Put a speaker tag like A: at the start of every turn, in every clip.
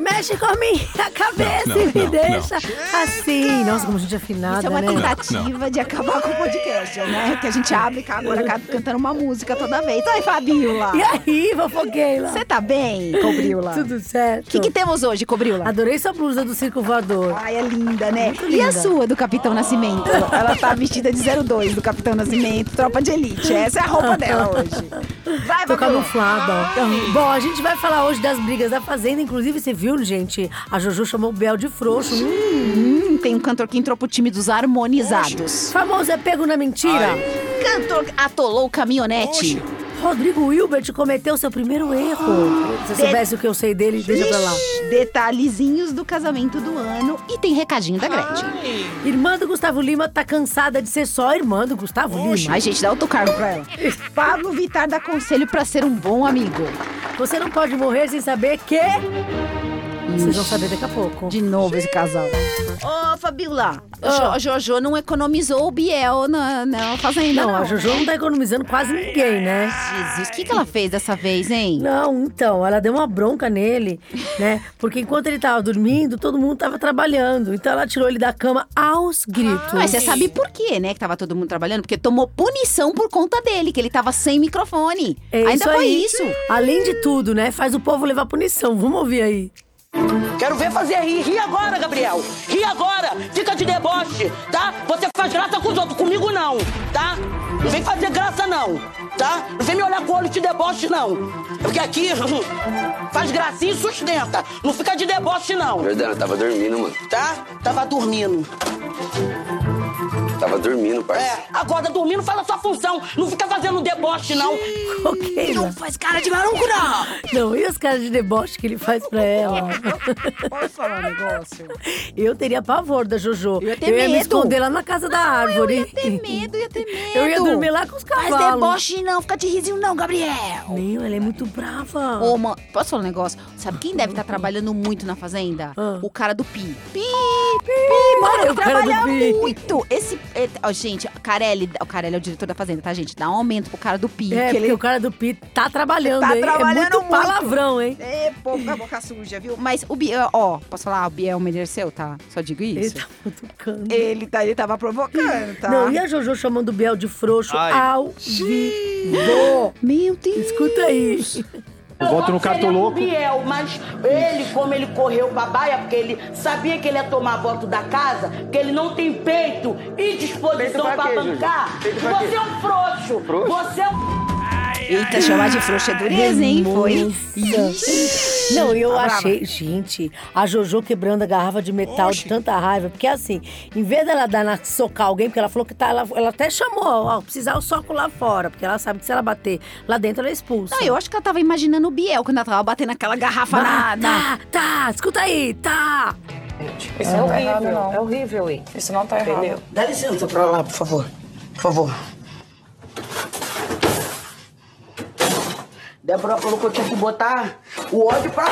A: mexe com a minha cabeça
B: Não, não,
A: e me
B: não,
A: deixa assim. Nossa, como a gente é afinada,
C: Isso é uma
A: né?
C: tentativa de acabar com o podcast, né? Que a gente abre e agora acaba cantando uma música toda vez. Oi, Fabiola!
A: E aí, fofoqueila?
C: Você tá bem, Cobriola?
A: Tudo certo?
C: O que, que temos hoje, Cobriola?
A: Adorei sua blusa do Circo Voador.
C: Ai, é linda, né?
A: Muito
C: E a
A: linda.
C: sua, do Capitão Nascimento? Ela tá vestida de 02 do Capitão Nascimento, tropa de elite. Essa é a roupa dela hoje. Vai,
A: Tô
C: Fabiola.
A: camuflada. ó. Bom, a gente vai falar hoje das brigas da Fazenda. Inclusive, você viu, gente? A Jojo chamou o Bel de frouxo. Hum,
C: Hum, tem um cantor que entrou pro time dos harmonizados.
A: famoso é pego na mentira.
C: Cantor atolou o caminhonete.
A: Rodrigo Hilbert cometeu seu primeiro erro. Se você
C: De-
A: soubesse o que eu sei dele, deixa pra lá.
C: Ixi, Detalhezinhos do casamento do ano e tem recadinho da Gretchen.
A: Irmã do Gustavo Lima tá cansada de ser só irmã do Gustavo Lima.
C: Ai, gente, dá outro cargo pra ela. Pablo Vittar dá conselho pra ser um bom amigo.
A: Você não pode morrer sem saber que. Vocês vão saber daqui a pouco.
C: De novo esse casal. Ô, Fabiola,
A: Ah.
C: a Jojo não economizou o Biel na, na fazenda,
A: Não,
C: não.
A: a Jojo não tá economizando quase ninguém, né?
C: Jesus, o que, que ela fez dessa vez, hein?
A: Não, então, ela deu uma bronca nele, né? Porque enquanto ele tava dormindo, todo mundo tava trabalhando. Então ela tirou ele da cama aos gritos.
C: Mas você sabe por quê, né? Que tava todo mundo trabalhando. Porque tomou punição por conta dele, que ele tava sem microfone.
A: É
C: Ainda
A: isso
C: foi
A: aí.
C: isso.
A: Além de tudo, né? Faz o povo levar punição. Vamos ouvir aí.
D: Quero ver fazer rir. Ri agora, Gabriel. Ri agora. Fica de deboche, tá? Você faz graça com os outros. Comigo não, tá? Não vem fazer graça, não, tá? Não vem me olhar com olho de deboche, não. Porque aqui faz gracinha e sustenta. Não fica de deboche, não,
E: Verdade, eu tava dormindo, mano.
D: tá? Tava dormindo.
E: Tava dormindo, parceiro.
D: É, acorda dormindo, fala sua função. Não fica fazendo deboche, não.
A: Ok. Não faz cara de marunco, não! Não, e as caras de deboche que ele faz pra ela?
C: Posso falar um negócio?
A: Eu teria pavor da Jojo. Eu
C: ia ter
A: me
C: medo.
A: esconder lá na casa da árvore.
C: Eu ia ter medo, ia ter medo.
A: Eu ia dormir lá com os cavalos.
C: Mas deboche não, fica de risinho não, Gabriel.
A: Meu, ela é muito brava.
C: Ô, mano, posso falar um negócio? Sabe quem deve estar trabalhando muito na fazenda?
A: Hum. Ah.
C: O cara do Pi. Pi! Pi!
A: Olha
C: Mano,
A: o cara do
C: trabalha
A: Pi.
C: muito! Esse. é, Ó, gente, Carelli. O Carelli é o diretor da fazenda, tá, gente? Dá um aumento pro cara do Pi.
A: É,
C: que
A: porque
C: ele...
A: o cara do Pi tá trabalhando,
C: Tá
A: hein? é
C: trabalhando
A: muito
C: muito.
A: palavrão, hein?
C: É, pouca boca suja, viu? Mas o Biel, ó, posso falar? O Biel mereceu, tá? Só digo
A: Ele
C: isso.
A: tá cutucando.
C: Ele, tá, ele tava provocando, tá?
A: Não, e a Jojo chamando o Biel de frouxo ao vivo.
C: Meu Deus!
A: Escuta aí.
F: Eu voto no
D: seria
F: Cartoloco.
D: pro é um Biel, mas ele, como ele correu pra baia, porque ele sabia que ele ia tomar voto da casa, que ele não tem peito e disposição pra, bancar. Você é um frouxo. Você é um...
C: Eita, chamar de frouxa é dureza, hein? Foi.
A: Nossa. Não, eu
C: Tá brava.
A: achei, gente, a Jojo quebrando a garrafa de metal de tanta raiva. Porque assim, em vez dela dar na socar alguém, porque ela falou que tá. Ela, ela até chamou, ó, precisar eu soco lá fora. Porque ela sabe que se ela bater lá dentro, ela é expulsa.
C: Não, eu acho que ela tava imaginando o Biel quando ela tava batendo aquela garrafa
A: Tá,
C: na. na-
A: tá, tá, escuta aí, tá.
G: Isso não, tá errado, não. É horrível, Wi. Isso não tá errado.
D: Dá licença pra lá, por favor. Por favor. Débora falou que eu tinha que botar o ódio pra...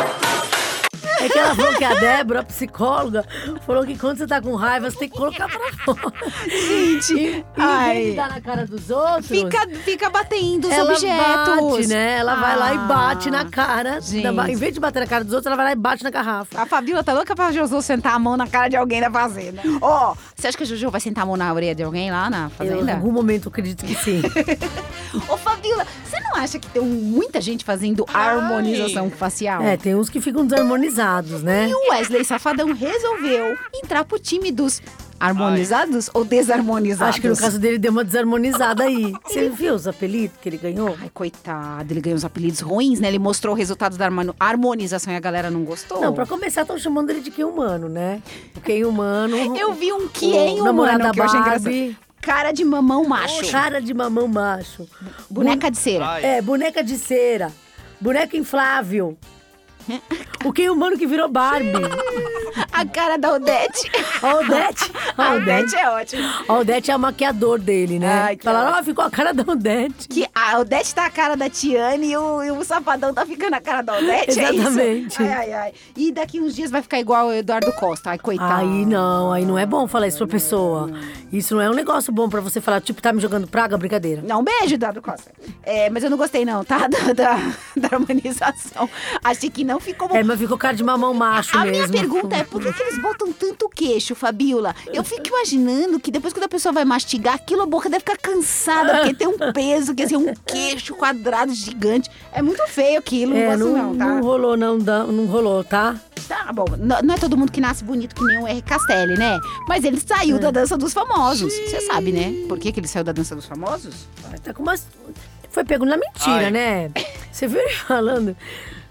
A: É que ela falou que a Débora, a psicóloga, falou que quando você tá com raiva, você tem que colocar pra fora. Gente, em vez
C: ai.
A: de dar na cara dos outros,
C: Fica, fica batendo os
A: ela
C: objetos. Ah.
A: bate, né? Ela vai lá e bate na cara.
C: gente.
A: da ba- Em vez de bater na cara dos outros, ela vai lá e bate na garrafa.
C: A Fabíola tá louca pra Jojo sentar a mão na cara de alguém da fazenda. Ó, você acha que a Jojo vai sentar a mão na orelha de alguém lá na
A: Eu, em
C: fazenda?
A: algum momento, eu acredito que sim.
C: Então. Ô, Fabíola, você não acha que tem muita gente fazendo harmonização facial?
A: é, tem uns que ficam desarmonizados, né?
C: E o Wesley Safadão resolveu entrar pro time dos harmonizados ou desarmonizados?
A: Acho que no caso dele deu uma desarmonizada aí. Você viu os apelidos que ele ganhou?
C: Ai, coitado, ele ganhou uns apelidos ruins, né? Ele mostrou o resultado da harmoni- harmonização e a galera não gostou.
A: Não, pra começar, estão chamando ele de quem humano, né? O quem humano.
C: Eu vi um que
A: o
C: é em
A: namorado
C: humano,
A: da
C: que eu achei engraçado.
A: Barbie.
C: Cara de mamão macho.
A: Cara de mamão macho.
C: Boneca de cera.
F: Ai.
A: É, boneca de cera. Boneca inflável. O quem humano que virou Barbie.
C: A cara da Odete.
A: A Odete.
C: A
A: A Odete.
C: Odete é ótima.
A: A Odete é o maquiador dele, né?
C: Ai, que
A: Falaram, ó, ficou a cara da Odete.
C: Que a Odete tá a cara da Tiane e o, e o Safadão tá ficando a cara da Odete,
A: Exatamente.
C: é isso? Ai, ai, ai. E daqui uns dias vai ficar igual o Eduardo Costa. Ai, coitado.
A: Aí não, aí não é bom falar isso pra pessoa. Isso não é um negócio bom pra você falar, tipo, tá me jogando praga, brincadeira.
C: Não, um beijo, Eduardo Costa. É, mas eu não gostei não, tá? Da, da, da harmonização. Achei que não ficou bom.
A: É, mas ficou cara de mamão macho
C: A
A: mesmo.
C: minha pergunta é, por que, que eles botam tanto queixo, Fabiola? Eu fico imaginando que depois quando a pessoa vai mastigar, aquilo a boca deve ficar cansada, porque tem um peso, quer dizer, um queixo quadrado gigante. É muito feio aquilo, não
A: É,
C: gosto
A: não,
C: não, tá?
A: não rolou, não, dá- não rolou, tá?
C: Tá bom, n- não é todo mundo que nasce bonito que nem um R. Castelli, né? Mas ele saiu da dança dos famosos. Você sabe, né? Por que, que ele saiu da dança dos famosos?
A: Tá com umas. Foi pego na mentira, né? Você viu ele falando?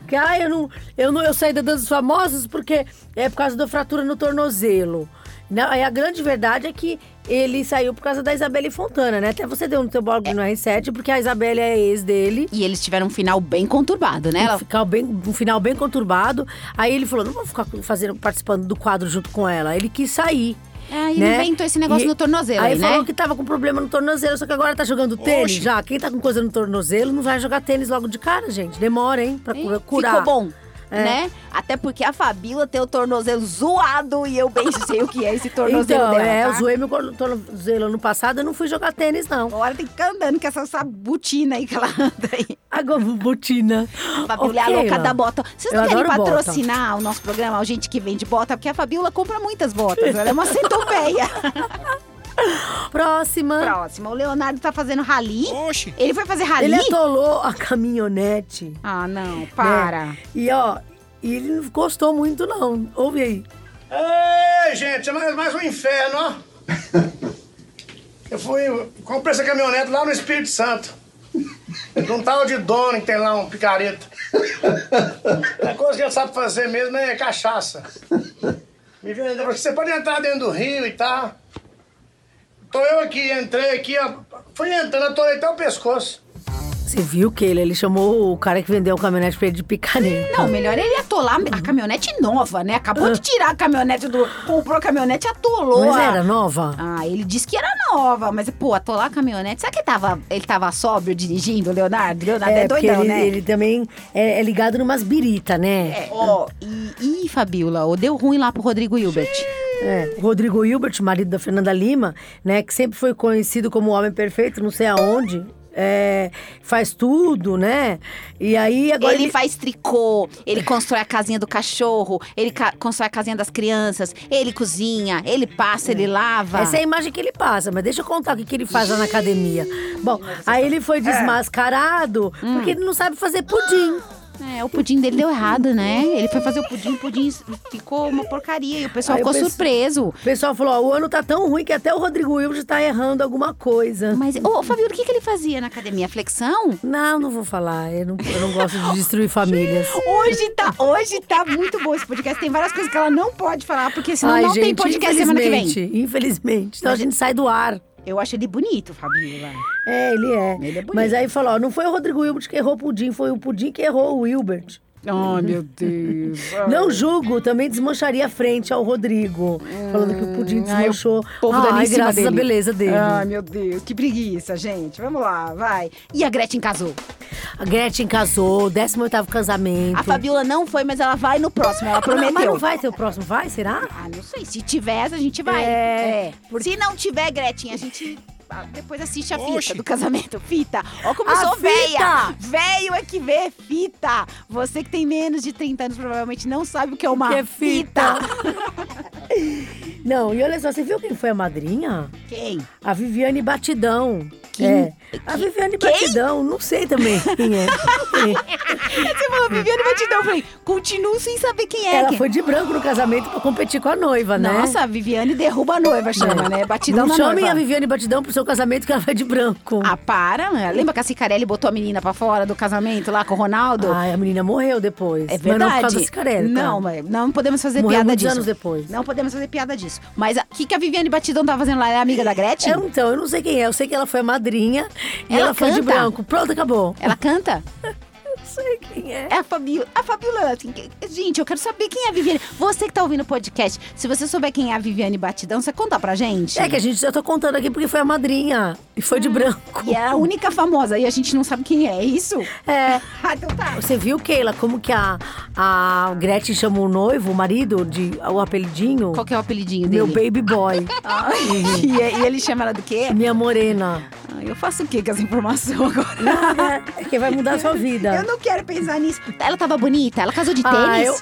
A: Que ah, eu não, eu não eu saí da dança dos famosos porque é por causa da fratura no tornozelo. Não, aí a grande verdade é que ele saiu por causa da Isabelle Fontana, né? Até você deu no teu blog no R7, porque a Isabelle é ex dele.
C: E eles tiveram um final bem conturbado, né?
A: um
C: Ela-
A: Ficar bem, um final bem conturbado. Aí ele falou: não vou ficar fazendo, participando do quadro junto com ela. Ele quis sair. né?
C: Ah, ele inventou esse negócio no tornozelo
A: Aí
C: aí, né?
A: falou que tava com problema no tornozelo, só que agora tá jogando tênis já. Quem tá com coisa no tornozelo não vai jogar tênis logo de cara, gente. Demora, hein? Pra cura- curar.
C: Ficou bom.
A: É.
C: Né? Até porque a Fabiola tem o tornozelo zoado e eu bem sei o que é esse tornozelo
A: Então,
C: dela.
A: é, eu
C: tá?
A: zoei meu cor- tornozelo ano passado, eu não fui jogar tênis, não.
C: Agora tem que ficar andando com essa, essa botina aí que ela anda aí.
A: Agora, botina.
C: A Fabiola é a
A: Ok,
C: louca
A: ó.
C: da bota. Vocês não
A: Eu
C: querem
A: adoro bota.
C: patrocinar o nosso programa, a gente que vende bota? Porque a Fabiola compra muitas botas. Ela é uma centopeia.
A: Próxima.
C: Próxima, o Leonardo tá fazendo rali. Ele foi fazer rali?
A: Ele é atolou a caminhonete.
C: Ah, não, para.
A: né? E ó, e ele não gostou muito, não. Ouve aí.
B: Ei, gente, é mais, mais um inferno, ó. Eu fui, comprei essa caminhonete lá no Espírito Santo. De um tal de dono que tem lá um picareta. A coisa que ele sabe fazer mesmo é cachaça. Me vendeu, você pode entrar dentro do rio e tal. Tô eu aqui, entrei aqui, ó. Fui entrando, atolei até o pescoço.
A: Você viu que ele, ele chamou o cara que vendeu o caminhonete pra ele de picareta.
C: Não, melhor ele atolar
A: Uhum.
C: a caminhonete nova, né? Acabou de tirar a caminhonete do. Comprou a caminhonete e atolou.
A: Mas
C: a-
A: era nova?
C: Ah, ele disse que era nova, mas, pô, atolar a caminhonete. Será que ele tava, ele tava sóbrio dirigindo, Leonardo? Leonardo é,
A: porque
C: doidão,
A: ele,
C: né?
A: ele também é, é ligado numas birita, né?
C: É, ó, e, e Fabiola, ô, deu ruim lá pro Rodrigo Hilbert.
A: É. O Rodrigo Hilbert, marido da Fernanda Lima, né, que sempre foi conhecido como o homem perfeito, não sei aonde, é, faz tudo, né? E aí agora
C: Ele faz tricô, ele constrói a casinha do cachorro, ele ca- constrói a casinha das crianças, ele cozinha, ele passa, ele lava.
A: Essa é a imagem que ele passa, mas deixa eu contar o que, que ele faz lá na academia. Bom, aí ele
C: é.
A: foi desmascarado
C: Hum.
A: porque ele não sabe fazer pudim.
C: É, o pudim dele deu errado, né? Ele foi fazer o pudim, o pudim ficou uma porcaria. E o pessoal
A: Aí eu
C: Tá ficou
A: penso-
C: surpreso.
A: O pessoal falou: ó, o ano tá tão ruim que até o Rodrigo Hilbert tá errando alguma coisa.
C: Mas, ô, Fabiola, o que, que ele fazia na academia? Flexão?
A: Não, não vou falar. Eu não, eu não gosto de destruir famílias.
C: Hoje tá, hoje tá muito bom esse podcast. Tem várias coisas que ela não pode falar, porque senão
A: Ai,
C: não tem
A: gente,
C: podcast semana que vem.
A: infelizmente, Infelizmente. Então a gente sai do ar.
C: Eu acho ele bonito, Fabiola.
A: É, ele é.
C: Ele é bonito.
A: Mas aí falou, ó, não foi o Rodrigo Hilbert que errou o Pudim, foi o Pudim que errou o Hilbert.
C: Ai, meu Deus.
A: Não julgo, também desmancharia a frente ao Rodrigo. falando que o Pudim desmanchou.
C: Hum,
A: Ah,
C: O povo dali
A: Ai,
C: em cima
A: graças à
C: dele. Ah.
A: beleza dele.
C: Ai, meu Deus, que preguiça, gente. Vamos lá, vai. E a Gretchen casou.
A: A Gretchen casou, 18º casamento.
C: A Fabiola não foi, mas ela vai no próximo. Ela
A: Ah, não,
C: prometeu.
A: Mas não vai ter o próximo, vai? Será?
C: Ah, não sei. Se tiver, a gente vai.
A: É,
C: Se não tiver, Gretchen, a gente ah, depois assiste a fita do casamento. Fita. Ó como eu
A: A
C: sou
A: fita!
C: velha. Velho é que vê fita. Você que tem menos de 30 anos provavelmente não sabe o que é uma
A: Que é fita. Não, e olha só, você viu quem foi a madrinha?
C: Quem?
A: A Viviane Batidão.
C: Quem?
A: É. A Viviane Batidão, não sei também quem é.
C: Você falou é Viviane Batidão. Eu falei, continuo sem saber quem é.
A: Ela
C: Quem-
A: foi de branco no casamento pra competir com a noiva, né? É.
C: Nossa, a Viviane derruba a noiva, chama, né? Batidão
A: não
C: na
A: chamem
C: noiva.
A: a Viviane Batidão pro seu casamento que ela vai de branco.
C: Ah, para. né? Lembra que a Cicarelli botou a menina pra fora do casamento lá com o Ronaldo?
A: Ai, a menina morreu depois.
C: É
A: Mas
C: verdade.
A: não por causa da cicarela, tá?
C: Não, mas não podemos fazer
A: Morreu
C: piada
A: é muitos
C: disso.
A: anos depois.
C: Não podemos fazer piada disso. Mas o que, que a Viviane Batidão tava fazendo lá? Ela é amiga da Gretchen?
A: Eu, então, eu não sei quem é. Eu sei que ela foi a madrinha e
C: Ela
A: ela foi de
C: canta?
A: branco. Pronto, acabou.
C: Ela canta?
A: Eu não sei quem quem é.
C: É a Fabiola. A Fabiola, assim, que- gente, eu quero saber quem é a Viviane. Você que tá ouvindo o podcast, se você souber quem é a Viviane Batidão, você conta pra gente?
A: É que a gente já tô contando aqui porque foi a madrinha. E foi de branco.
C: E é a única famosa, e a gente não sabe quem é, é isso?
A: É.
C: Ah, então tá.
A: Você viu, Keila, como que a, a Gretchen chamou o noivo, o marido, de o apelidinho?
C: Qual que é o apelidinho dele?
A: Meu baby boy.
C: Ai, e, e ele chama ela do quê?
A: Minha morena.
C: Ai, eu faço o quê com essa informação agora?
A: Nada. É que vai mudar a sua vida.
C: Eu não quero pensar nisso. Ela tava bonita? Ela casou de tênis?
A: Ah, eu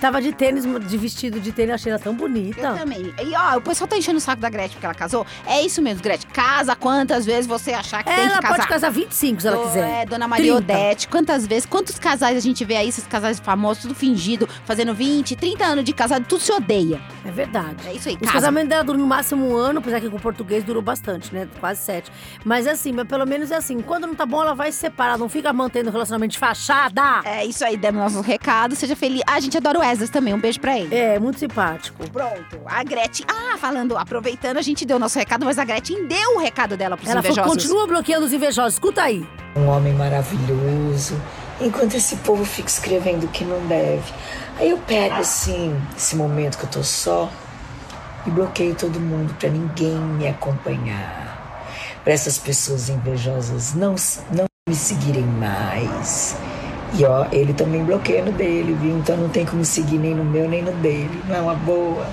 A: tava de tênis, de vestido de tênis, achei ela tão
C: Eu
A: bonita.
C: também. E ó, o pessoal tá enchendo o saco da Gretchen porque ela casou. É isso mesmo, Gretchen. Casa quantas vezes você achar que tem que
A: Ela
C: casar.
A: pode casar 25 se ela
C: Ô,
A: quiser.
C: É, Dona Maria
A: 30.
C: Odete, quantas vezes, quantos casais a gente vê aí, esses casais famosos, tudo fingido, fazendo 20, 30 anos de casado, tudo se odeia.
A: É verdade.
C: É isso aí,
A: Os
C: casa.
A: casamentos dela duram no máximo um ano, apesar que com o português durou bastante, né? Quase sete. Mas assim, mas pelo menos é assim, quando não tá bom, ela vai se separar, não fica mantendo o relacionamento de fachada.
C: É isso aí, demos nosso recado, seja feliz. Ah, a gente adora o Wesley também, um beijo pra ele.
A: É, muito simpático.
C: Pronto, a Gretchen. Ah, falando, aproveitando, a gente deu o nosso recado, mas a Gretchen deu o recado dela pros
A: Ela falou,
C: invejosos.
A: continua bloqueando os invejosos, escuta aí.
F: um homem maravilhoso, enquanto esse povo fica escrevendo o que não deve. Aí eu pego assim, esse momento que eu tô só e bloqueio todo mundo pra ninguém me acompanhar. Pra essas pessoas invejosas não s- não me seguirem mais. E ó, ele também bloqueia no dele, viu? Então não tem como seguir nem no meu nem no dele. Não é uma boa.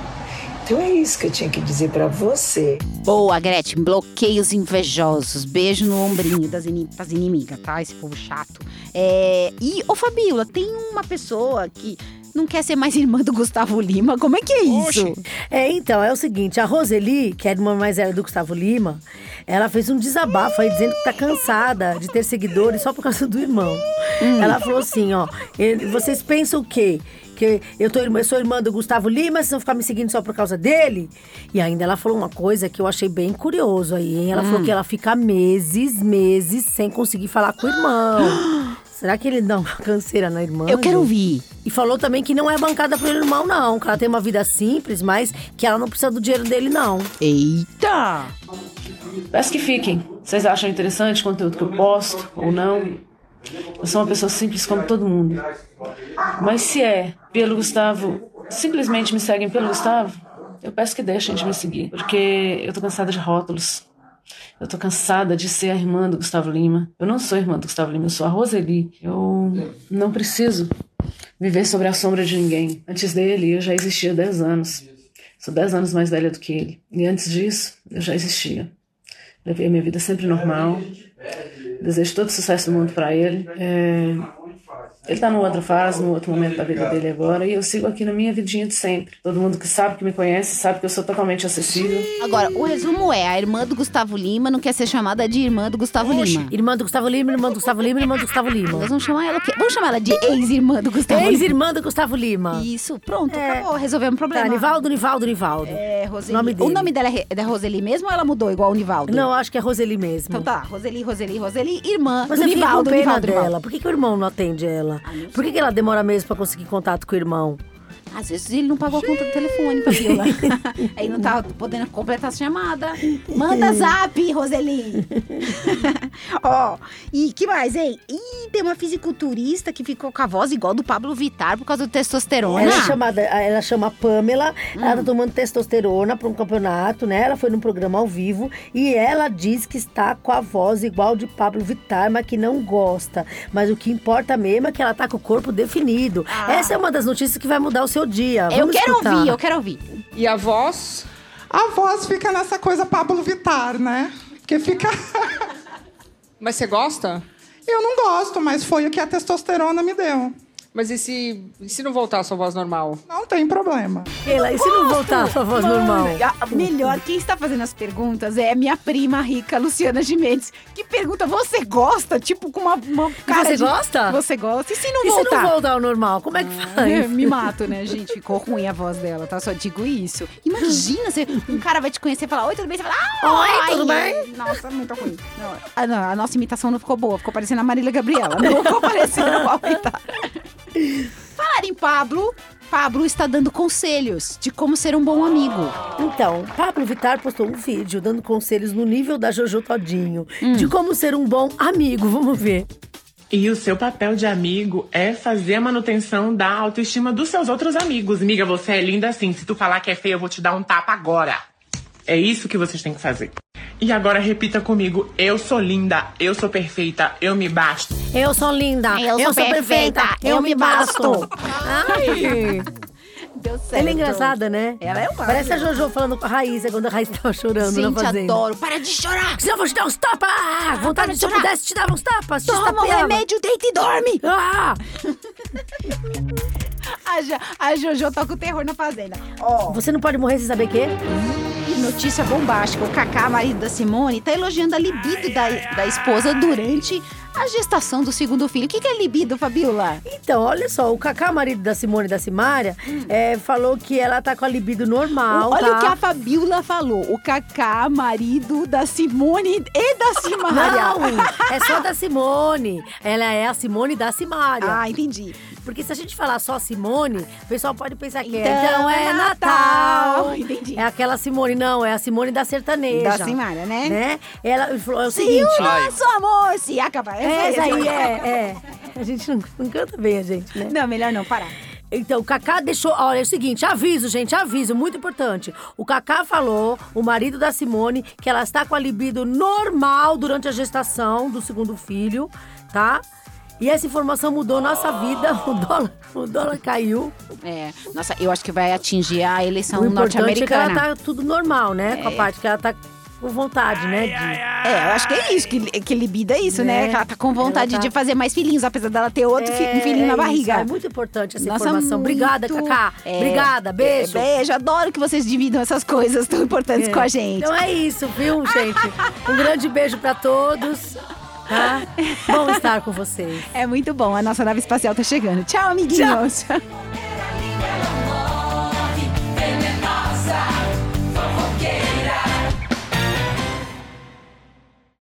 F: Então é isso que eu tinha que dizer pra você.
C: Boa, Gretchen, bloqueios invejosos. Beijo no ombrinho das, ini- das inimigas, tá? Esse povo chato. É, E, ô Fabiola, tem uma pessoa que não quer ser mais irmã do Gustavo Lima. Como é que é isso?
A: É, então, é o seguinte, a Roseli, que é irmã mais velha do Gustavo Lima, ela fez um desabafo aí dizendo que tá cansada de ter seguidores só por causa do irmão.
C: Hum.
A: Ela falou assim, ó, "E- vocês pensam o quê? Que eu, tô, irmã- eu sou irmã do Gustavo Lima, vocês vão ficar me seguindo só por causa dele? E ainda ela falou uma coisa que eu achei bem curioso aí, hein? Ela
C: Hum.
A: falou que ela fica meses, meses sem conseguir falar com o irmão. Será que ele dá uma canseira na irmã?
C: Eu quero
A: gente?
C: ouvir.
A: E falou também que não é bancada pro irmão, não. Que ela tem uma vida simples, mas que ela não precisa do dinheiro dele, não.
C: Eita!
H: Peço que fiquem. Vocês acham interessante o conteúdo que eu posto ou não? Eu sou uma pessoa simples como todo mundo. Mas se é pelo Gustavo, simplesmente me seguem pelo Gustavo, eu peço que deixem de me seguir. Porque eu tô cansada de rótulos. Eu tô cansada de ser a irmã do Gustavo Lima. Eu não sou a irmã do Gustavo Lima, eu sou a Roseli. Eu não preciso viver sobre a sombra de ninguém. Antes dele, eu já existia há 10 anos. Sou 10 anos mais velha do que ele. E antes disso, eu já existia. Levei a minha vida sempre normal. Desejo todo o sucesso do mundo pra ele. É, Ele tá numa outra fase, num outro momento da vida dele agora. E eu sigo aqui na minha vidinha de sempre. Todo mundo que sabe, que me conhece, sabe que eu sou totalmente acessível.
C: Agora, o resumo é: a irmã do Gustavo Lima não quer ser chamada de irmã do Gustavo Lima.
A: Irmã do Gustavo Lima, irmã do Gustavo Lima, irmã do Gustavo
C: Nós
A: Lima.
C: vamos chamar ela o quê? Vamos chamar ela de ex-irmã do Gustavo Lima.
A: Ex-irmã do Gustavo Lima.
C: Isso, pronto, acabou, resolvemos
A: Tá,
C: o problema.
A: Nivaldo, Nivaldo, Nivaldo.
C: É, Roseli.
A: Nome
C: o
A: dele.
C: nome dela é Re- é da Roseli mesmo ou ela mudou igual o Nivaldo?
A: Não, acho que é Roseli mesmo.
C: Então tá, Roseli, Roseli, Roseli, irmã
A: Mas
C: do
A: eu fiquei com
C: Nivaldo,
A: pena
C: Nivaldo, Ah,
A: dela.
C: Nivaldo.
A: Por que, que o irmão não atende ela? Por que, que ela demora mesmo pra conseguir contato com o irmão?
C: Às vezes ele não pagou a conta do telefone, Fabiola. Aí não tá podendo completar a chamada. Manda zap, Roseli. Ó, e que mais, hein? Ih, tem uma fisiculturista que ficou com a voz igual do Pablo Vittar por causa do testosterona.
A: Ela é chamada, ela chama Pamela, ela tá
C: Hum.
A: tomando testosterona para um campeonato, né? Ela foi num programa ao vivo e ela diz que está com a voz igual de Pablo Vittar, mas que não gosta. Mas o que importa mesmo é que ela tá com o corpo definido. Essa é uma das notícias que vai mudar o seu dia.
C: Ah. eu
A: Vamos
C: quero
A: escutar.
C: ouvir, eu quero ouvir.
I: E a voz? A voz fica nessa coisa Pablo Vittar, né? Porque fica. mas você gosta? Eu não gosto, mas foi o que a testosterona me deu. Mas e se, e se não voltar a sua voz normal? Não tem problema.
A: Keila, e se não voltar a sua voz
C: Mano,
A: Tá, normal?
C: a- Melhor, quem está fazendo as perguntas é a minha prima rica, Luciana Gimenez, que pergunta: você gosta? Tipo, com uma, uma cara.
A: você
C: de-
A: gosta?
C: Você gosta? E se não
A: E se
C: voltar?
A: não voltar ao normal, como é que
C: É,
A: faz?
C: Me mato, né, gente? Ficou ruim a voz dela, tá? Só digo isso. Imagina, você, um cara vai te conhecer e falar, oi, tudo bem? Você fala, ah,
A: Oi,
C: ai."
A: tudo bem?
C: Nossa, muito ruim. Não, ah, não, a nossa imitação não ficou boa, ficou parecendo a Marília Gabriela. Não ficou parecendo a Palpitar. Falar em Pablo, Pablo está dando conselhos de como ser um bom amigo.
A: Então, Pablo Vittar postou um vídeo
C: Hum.
A: dando conselhos no nível da Jojo Todinho de como ser um bom amigo. Vamos ver.
J: E o seu papel de amigo é fazer a manutenção da autoestima dos seus outros amigos. Miga, você é linda assim. Se tu falar que é feia, eu vou te dar um tapa agora. É isso que vocês têm que fazer. E agora repita comigo: eu sou linda, eu sou perfeita, eu me basto.
A: Eu sou linda, eu, sou, perfeita, eu me basto. Ai!
C: Deu certo.
A: Ela é engraçada, né?
C: Ela é uma.
A: Parece a Jojo falando com a Raíssa quando a Raíssa tava chorando na
C: Gente,
A: fazenda.
C: adoro. Para de chorar.
A: Se eu vou te dar uns tapas!
C: para
A: Vontade
C: de
A: se eu
C: chorar.
A: pudesse te dar uns tapas! te
C: Toma o
A: estapeava.
C: remédio, deita e dorme.
A: Ah!
C: A, Jo- a Jojo toca o terror na fazenda. Ó,
A: Ah, Você não pode morrer sem saber quê?
C: e notícia bombástica. O Kaká, marido da Simone, tá elogiando a libido da, da esposa durante a gestação do segundo filho. O que, que é libido, Fabiola?
A: Então, olha só, o Cacá, marido da Simone e da Simária, é, falou que ela tá com a libido normal,
C: Olha
A: tá?
C: Ah, o que a Fabiola falou. O Kaká, marido da Simone e da Simária.
A: Não! É só da Simone. Ela é a Simone da Simária.
C: Ah, entendi.
A: Porque se a gente falar só Simone, o pessoal pode pensar que é,
C: Então
A: então é
C: é
A: Natal.
C: Natal. Entendi.
A: É aquela Simone, não, é a Simone da sertaneja.
C: Da Simária, né?
A: Né? Ela falou, é o
C: Se
A: seguinte.
C: o nosso amor se acabar.
A: É, essa
C: essa
A: aí, é, é. A gente não, não canta bem, a gente, né?
C: Não, melhor não, parar.
A: Então, o Kaká deixou. Olha, é o seguinte, aviso, gente, aviso, muito importante. O Kaká falou, o marido da Simone, que ela está com a libido normal durante a gestação do segundo filho, tá? E essa informação mudou nossa vida, o dólar, o dólar caiu.
C: É, nossa, eu acho que vai atingir a eleição
A: o importante é que ela
C: Então, norte-americana.
A: tá tudo normal, né? Com a parte que ela tá com vontade, né? De...
C: É, eu acho que é isso, que, que libido é isso, né?
A: Né?
C: Que ela tá com vontade
A: Ela tá-
C: de fazer mais filhinhos, apesar dela ter outro fi- um filhinho
A: é
C: na
A: isso,
C: barriga.
A: é muito importante essa
C: Nossa,
A: informação. Obrigada,
C: muito-
A: Kaká.
C: É.
A: Obrigada, beijo.
C: É, beijo, adoro que vocês dividam essas coisas tão importantes com a gente.
A: Então é isso, viu, gente? Um grande beijo pra todos. Tá? Bom estar com vocês.
C: É muito bom, a nossa nave espacial tá chegando. Tchau, amiguinhos.